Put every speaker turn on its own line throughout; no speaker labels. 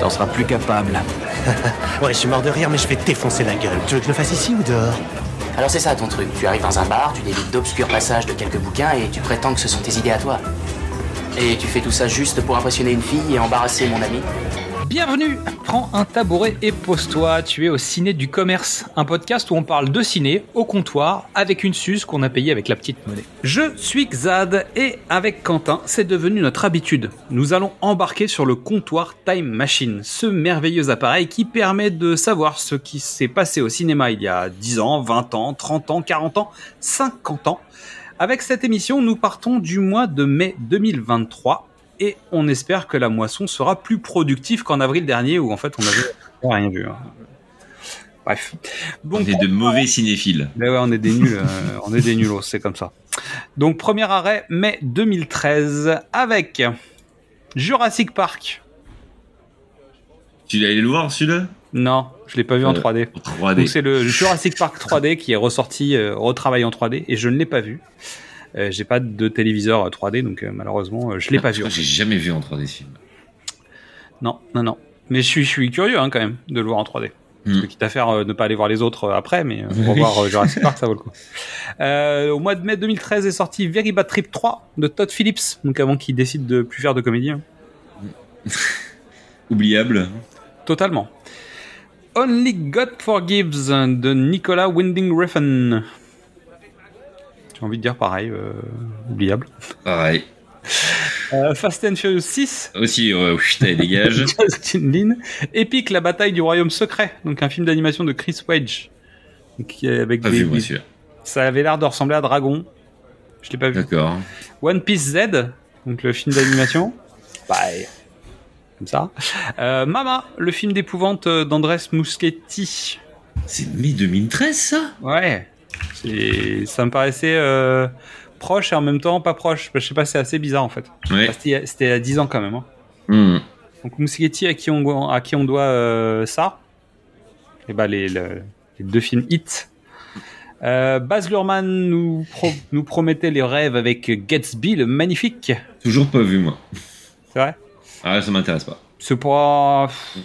T'en seras plus capable.
Ouais, je suis mort de rire, mais je vais défoncer la gueule. Tu veux que je le fasse ici ou dehors
Alors c'est ça ton truc, tu arrives dans un bar, tu délites d'obscurs passages de quelques bouquins et tu prétends que ce sont tes idées à toi. Et tu fais tout ça juste pour impressionner une fille et embarrasser mon ami
Bienvenue Prends un tabouret et pose-toi, tu es au Ciné du Commerce, un podcast où on parle de ciné au comptoir avec une suce qu'on a payée avec la petite monnaie. Je suis Xad et avec Quentin, c'est devenu notre habitude. Nous allons embarquer sur le comptoir Time Machine, ce merveilleux appareil qui permet de savoir ce qui s'est passé au cinéma il y a 10 ans, 20 ans, 30 ans, 40 ans, 50 ans. Avec cette émission, nous partons du mois de mai 2023 et on espère que la moisson sera plus productive qu'en avril dernier où en fait on avait rien vu. hein. Bref.
On
Bon,
est de mauvais cinéphiles.
mais ouais, on est des nuls, euh, on est des nuls, c'est comme ça. Donc premier arrêt mai 2013 avec Jurassic Park.
Tu l'as allé le voir celui-là
Non, je l'ai pas vu en
Euh,
3D.
En
Donc
3D.
c'est le Jurassic Park 3D qui est ressorti, euh, retravaillé en 3D et je ne l'ai pas vu. Euh, j'ai pas de téléviseur euh, 3D donc euh, malheureusement euh, je l'ai pas vu.
Je crois que J'ai jamais vu en 3D ce film.
Non, non, non. Mais je suis, je suis curieux hein, quand même de le voir en 3D. Parce que
Mm.
quitte à faire euh, ne pas aller voir les autres euh, après, mais euh, pour
Oui.
voir euh, Jurassic Park, ça vaut le coup. Euh, au mois de mai 2013 est sorti Very Bad Trip 3 de Todd Phillips, donc avant qu'il décide de plus faire de comédie. hein.
Oubliable.
Totalement. Only God Forgives hein, de Nicolas Winding Refn. J'ai envie de dire pareil, euh, oubliable.
Pareil.
Euh, Fast and Furious 6
Aussi, ouais, pff, t'as les dégage.
Justin Lin. Epic, la bataille du royaume secret, donc un film d'animation de Chris Wedge. Qui est avec
Pas
des-
vu, Ah moi,
des-
celui-là.
ça avait l'air de ressembler à Dragon. Je l'ai pas vu.
D'accord.
One Piece Z, donc le film d'animation. Bye. Comme ça. Euh, Mama, le film d'épouvante euh, d'Andrés Muschietti.
C'est mai 2013, ça
Ouais. C'est- Ça me paraissait euh, proche et en même temps pas proche. Je sais pas, c'est assez bizarre en fait.
Ouais.
Parce qu'il y a- C'était à 10 ans quand même. hein.
Mm.
Donc Muschietti à qui on, à qui on doit euh, ça Et bah les, le- les deux films hits. Euh, Baz Luhrmann nous, pro- nous promettait les rêves avec Gatsby le magnifique.
Toujours pas vu, moi.
C'est vrai
Ah, ça m'intéresse pas.
C'est pas... pff,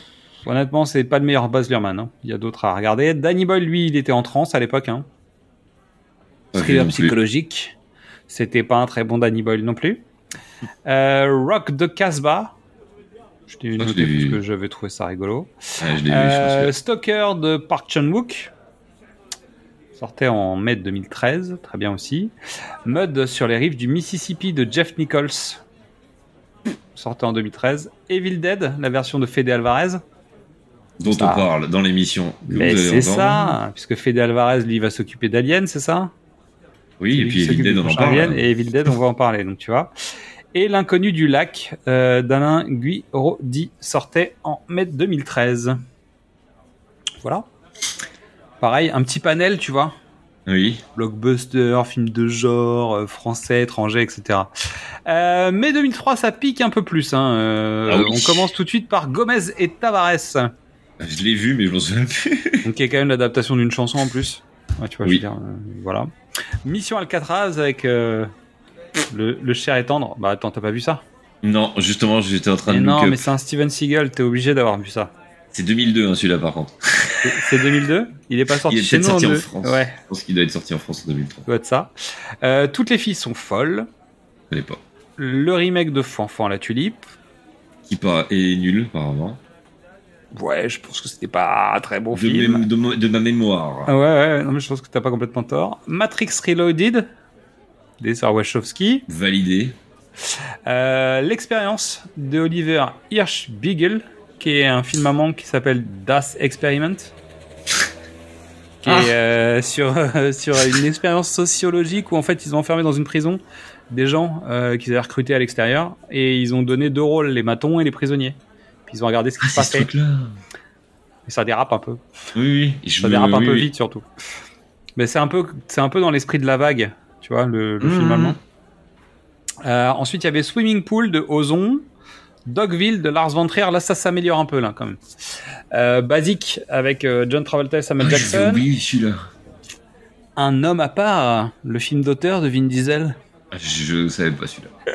Honnêtement, c'est pas le meilleur Baz Luhrmann. hein. Il y a d'autres à regarder. Danny Boyle, lui, il était en transe à l'époque. Hein.
Pas vu
Thriller
non plus.
psychologique. C'était pas un très bon Danny Boyle non plus. Euh, Rock de Casbah. Je l'ai
crois que
noté
je l'ai
parce
vu.
que j'avais trouvé ça rigolo.
Ah, je l'ai vu, je pense que-
Euh, Stalker de Park Chan-wook sortait en mai 2013, très bien aussi. Mud sur les rives du Mississippi de Jeff Nichols sortait en 2013. Evil Dead, la version de Fede Alvarez.
dont
ça.
on parle dans l'émission. que
Mais
vous allez
c'est
entendre.
ça, puisque Fede Alvarez lui va s'occuper d'Alien, c'est ça
Oui, et
Lui
puis
qui s'occupe
Evil Dead,
du
on en
prochain
parle.
Alien, et Evil Dead, on va en parler, donc tu vois. Et l'inconnu du lac euh, d'Alain Guiraudy sortait en mai 2013. Voilà. Pareil, un petit panel, tu vois.
Oui.
Blockbuster, film de genre, euh, français, étranger, etc. Euh, mai 2003, ça pique un peu plus. hein, euh,
Ah oui.
On commence tout de suite par Gomez et Tavares,
Ah, Je l'ai vu, mais je m'en souviens plus.
donc qui est quand même l'adaptation d'une chanson en plus. Ouais, tu vois, je
Oui.
veux dire, euh, voilà. Mission Alcatraz avec euh, le, le cher et tendre. Bah attends, t'as pas vu ça
Non, justement, j'étais en train
Mais
de
Non,
look
mais
up.
c'est un Steven Seagal, t'es obligé d'avoir vu ça.
C'est 2002, hein, celui-là, par contre.
C'est- C'est 2002 Il est pas sorti
Il est
chez
peut-être
nous
sorti en
deux-
France.
Ouais,
Je pense qu'il doit être sorti en France en
ça
2003.
doit être ça. Euh, toutes les filles sont folles.
Je connais pas.
Le remake de Fanfan la tulipe.
Qui part est nul, apparemment.
Ouais, je pense que c'était pas un très bon
de,
film.
mém- de mo- de ma mémoire.
Ah ouais, ouais, non, mais je pense que t'as pas complètement tort. Matrix Reloaded, des sœurs Wachowski.
Validé.
Euh, L'expérience de Oliver Hirsch Beagle, qui est un film maman qui s'appelle Das Experiment. Qui est
Ah.
euh, sur, euh, sur une expérience sociologique où en fait ils ont enfermé dans une prison des gens euh, qu'ils avaient recrutés à l'extérieur et ils ont donné deux rôles, les matons et les prisonniers. Puis ils ont regardé ce qui
Ah,
se
c'est ce
passait.
truc-là.
Et ça dérape un peu.
Oui, oui. et je
Ça
me-
dérape un
oui,
peu
oui.
vite surtout. Mais c'est un peu, c'est un peu dans l'esprit de la vague, tu vois, le, le film
Mhm.
allemand. Euh, ensuite, il y avait Swimming Pool de Ozon, Dogville de Lars von Trier. Là, ça s'améliore un peu là quand même. Euh, Basic avec euh, John Travolta et Samuel
Ah, J'avais
Jackson.
oublié celui-là.
Un homme à part, le film d'auteur de Vin Diesel.
Ah, Je savais pas celui-là.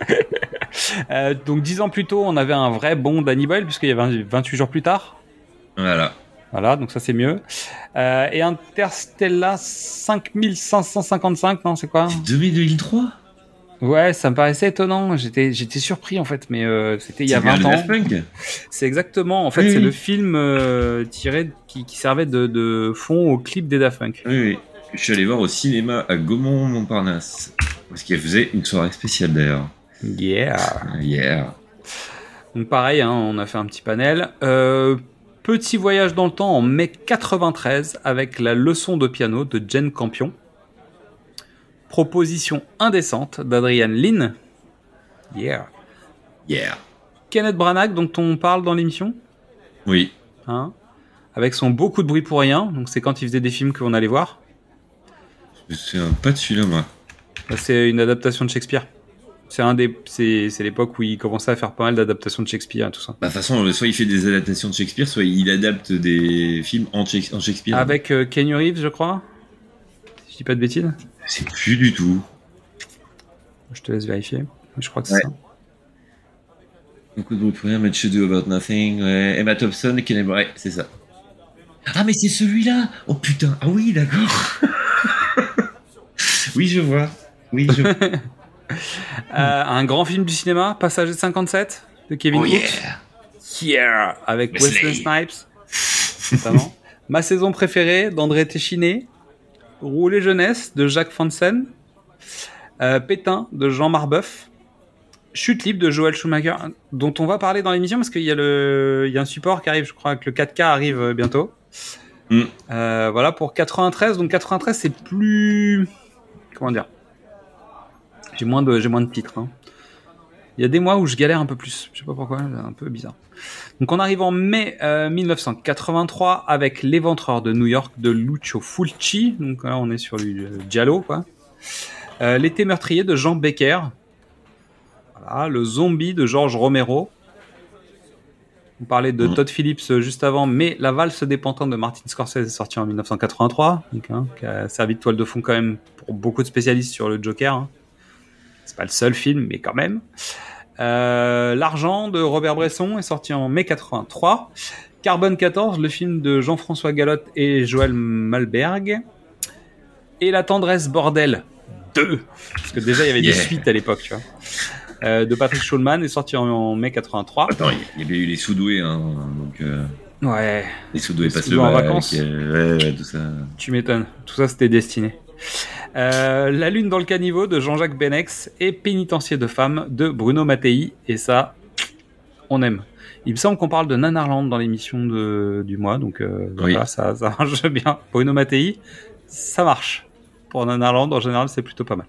Euh, donc dix ans plus tôt, on avait un vrai bon Danny Boyle puisqu'il y avait un- 28 jours plus tard.
Voilà.
Voilà, donc ça c'est mieux. Euh, et Interstellar 5555, non c'est quoi
C'est 2003
Ouais, ça me paraissait étonnant. J'étais, j'étais surpris en fait, mais euh, c'était il y a 20 ans.
Daft Punk
C'est exactement. En fait,
Oui,
c'est
oui.
le film euh, tiré qui, qui servait de, de fond au clip des Daft Punk.
Oui, oui. Je suis allé voir au cinéma à Gaumont-Montparnasse. Parce qu'elle faisait une soirée spéciale d'ailleurs.
Yeah.
Ah, Hier.
Donc pareil, hein, on a fait un petit panel. Euh, petit voyage dans le temps en mai 93 avec la leçon de piano de Jen Campion. Proposition indécente d'Adrian Lynn. Yeah.
Hier.
Kenneth Branagh, dont on parle dans l'émission.
Oui.
hein, avec son beaucoup de bruit pour rien. Donc c'est quand il faisait des films qu'on allait voir.
Je me souviens pas de celui-là, moi.
Là, Bah, C'est une adaptation de Shakespeare. C'est un des, c'est c'est l'époque où il commençait à faire pas mal d'adaptations de Shakespeare et tout ça.
Bah, de toute façon, soit il fait des adaptations de Shakespeare, soit il adapte des films en, Shakes- en Shakespeare.
Avec euh, Keanu Reeves, je crois. Si je dis pas de bêtises.
C'est plus du tout.
Je te laisse vérifier. Mais Je crois que c'est
Ouais.
ça.
Beaucoup de bruit pour rien, Much Ado About Nothing, ouais. Emma Thompson, Kenneth Branagh, c'est ça. Ah, mais c'est celui-là Oh putain, ah oui, d'accord. oui, je vois. Oui, je vois.
Euh, un grand film du cinéma, Passager 57 de Kevin
Oh,
Cook.
yeah.
Yeah, avec
Wesley.
Wesley Snipes, notamment. Ma saison préférée d'André Téchiné. Rouler jeunesse de Jacques Fansen. Euh, Pétain de Jean Marbeuf. Chute libre de Joël Schumacher, dont on va parler dans l'émission parce qu'il y, a le- il y a un support qui arrive, je crois que le 4K arrive euh, bientôt.
Mm.
Euh, voilà pour 93. Donc 93, c'est plus. Comment dire J'ai moins de, j'ai moins de titres. hein. Il y a des mois où je galère un peu plus. Je sais pas pourquoi, c'est un peu bizarre. Donc on arrive en mai euh, 1983 avec L'éventreur de New York de Lucio Fulci. Donc là on est sur du euh, Giallo quoi. Euh, L'été meurtrier de Jean Becker. Voilà, le zombie de George Romero. On parlait de
Mhm.
Todd Phillips euh, juste avant, mais La valse des pantins de Martin Scorsese est sortie en 1983, donc, hein, qui a servi de toile de fond quand même pour beaucoup de spécialistes sur le Joker. hein. C'est pas le seul film, mais quand même. Euh, L'argent de Robert Bresson est sorti en mai 83. Carbone 14, le film de Jean-François Galotte et Joël Malberg. Et La tendresse bordel 2. Parce que déjà, il y avait des
Yeah.
suites à l'époque, tu vois. Euh, de Patrick Schulman est sorti en, en mai 83.
Attends, il y avait eu les sous-doués, hein, donc euh,
Ouais,
les sous-doués
Les
passent le
sous-doués en
bac,
vacances.
euh, ouais, ouais, tout ça.
tu m'étonnes. Tout ça, c'était destiné. Euh, La lune dans le caniveau de Jean-Jacques Benex et Pénitencier de femmes de Bruno Mattei. Et ça, on aime. Il me semble qu'on parle de Nanarland dans l'émission de- du mois, donc euh,
Oui.
voilà, ça, ça marche bien. Bruno Mattei, ça marche. Pour Nanarland, en général, c'est plutôt pas mal.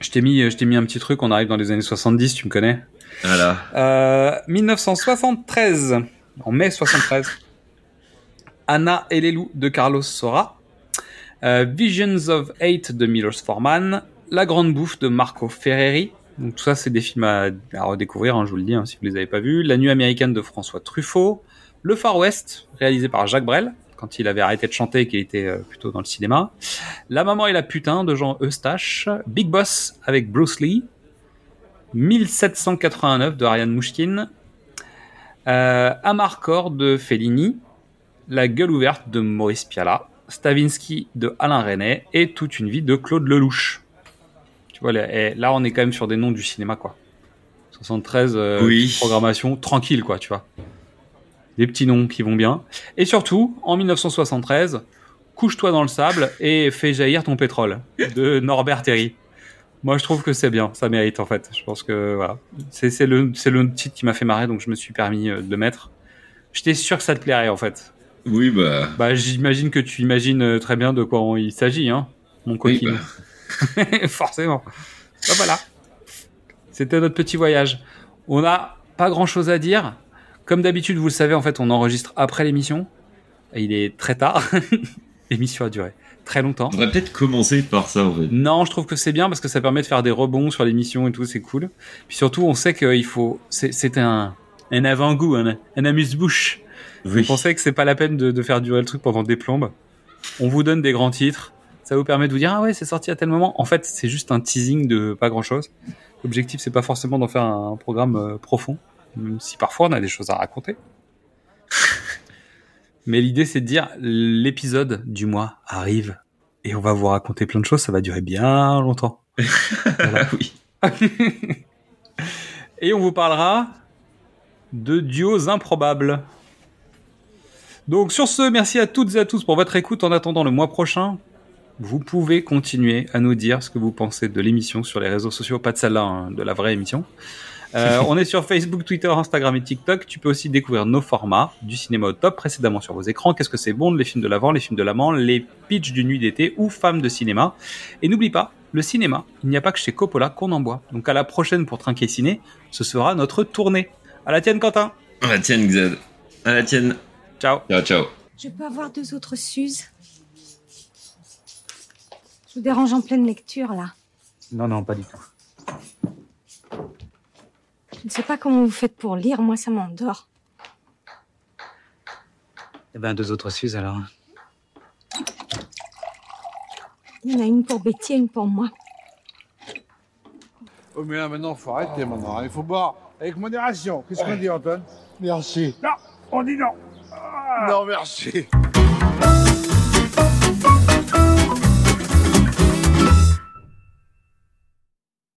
Je t'ai mis, je t'ai mis un petit truc, on arrive dans les années 70, tu me connais.
Voilà.
Euh, 1973, en mai 73, Anna et les loups de Carlos Sora, Euh, Visions of Eight de Milos Forman, La Grande Bouffe de Marco Ferreri. Donc tout ça, c'est des films à, à redécouvrir, hein, je vous le dis, hein, si vous les avez pas vus. La Nuit américaine de François Truffaut, Le Far West, réalisé par Jacques Brel, quand il avait arrêté de chanter et qu'il était euh, plutôt dans le cinéma. La Maman et la Putain de Jean Eustache, Big Boss avec Bruce Lee, 1789 de Ariane Mouchkine, euh, Amarcord de Fellini, La gueule ouverte de Maurice Piala, Stavinsky de Alain René et Toute une vie de Claude Lelouch. Tu vois, là, eh, là, on est quand même sur des noms du cinéma, quoi. 73, euh,
Oui.
programmation tranquille, quoi, tu vois. Des petits noms qui vont bien. Et surtout, en 1973, Couche-toi dans le sable et fais jaillir ton pétrole de Norbert Terry. Moi, je trouve que c'est bien, ça mérite en fait. Je pense que voilà, c'est c'est le c'est le titre qui m'a fait marrer, donc je me suis permis euh, de le mettre. J'étais sûr que ça te plairait en fait.
Oui, bah.
Bah, j'imagine que tu imagines euh, très bien de quoi on- il s'agit, hein, mon
Oui, bah,
coquin. Forcément. Bah, voilà. C'était notre petit voyage. On n'a pas grand chose à dire. Comme d'habitude, vous le savez, en fait, on enregistre après l'émission. Et Il est très tard. l'émission a duré très longtemps.
On devrait peut-être commencer par ça en fait.
Non, je trouve que c'est bien parce que ça permet de faire des rebonds sur l'émission et tout, c'est cool. Puis surtout, on sait qu'il faut. C'est c'est un, un avant-goût, un, un amuse-bouche.
Oui.
On sait que c'est pas la peine de, de faire durer le truc pendant des plombes. On vous donne des grands titres. Ça vous permet de vous dire ah ouais c'est sorti à tel moment. En fait c'est juste un teasing de pas grand chose. L'objectif c'est pas forcément d'en faire un, programme euh, profond, même si parfois on a des choses à raconter. Mais l'idée c'est de dire l'épisode du mois arrive et on va vous raconter plein de choses. Ça va durer bien longtemps.
Ah oui.
Et on vous parlera de duos improbables. Donc sur ce, merci à toutes et à tous pour votre écoute. En attendant le mois prochain, vous pouvez continuer à nous dire ce que vous pensez de l'émission sur les réseaux sociaux, pas de celle-là, hein, de la vraie émission. Euh, on est sur Facebook, Twitter, Instagram et TikTok. Tu peux aussi découvrir nos formats du cinéma au top précédemment sur vos écrans. Qu'est-ce que c'est bon Les films de l'avant, les films de l'amant, les pitchs du nuit d'été ou femmes de cinéma. Et n'oublie pas, le cinéma, il n'y a pas que chez Coppola qu'on en boit. Donc à la prochaine pour Trinquer Ciné, ce sera notre tournée. À la tienne, Quentin.
À la tienne, Xad. À la tienne.
Ciao.
Ciao, ciao.
Je peux avoir deux autres Suzes Je vous dérange en pleine lecture, là.
Non, non, pas du tout.
Je ne sais pas comment vous faites pour lire, moi, ça m'endort.
Eh ben, deux autres Suzes alors.
Il y en a une pour Betty et une pour moi.
Oh, mais là, maintenant, faut arrêter, maintenant. hein. Il faut boire avec modération. Qu'est-ce qu'on dit, Antoine Merci. Non, on dit non. Non, merci.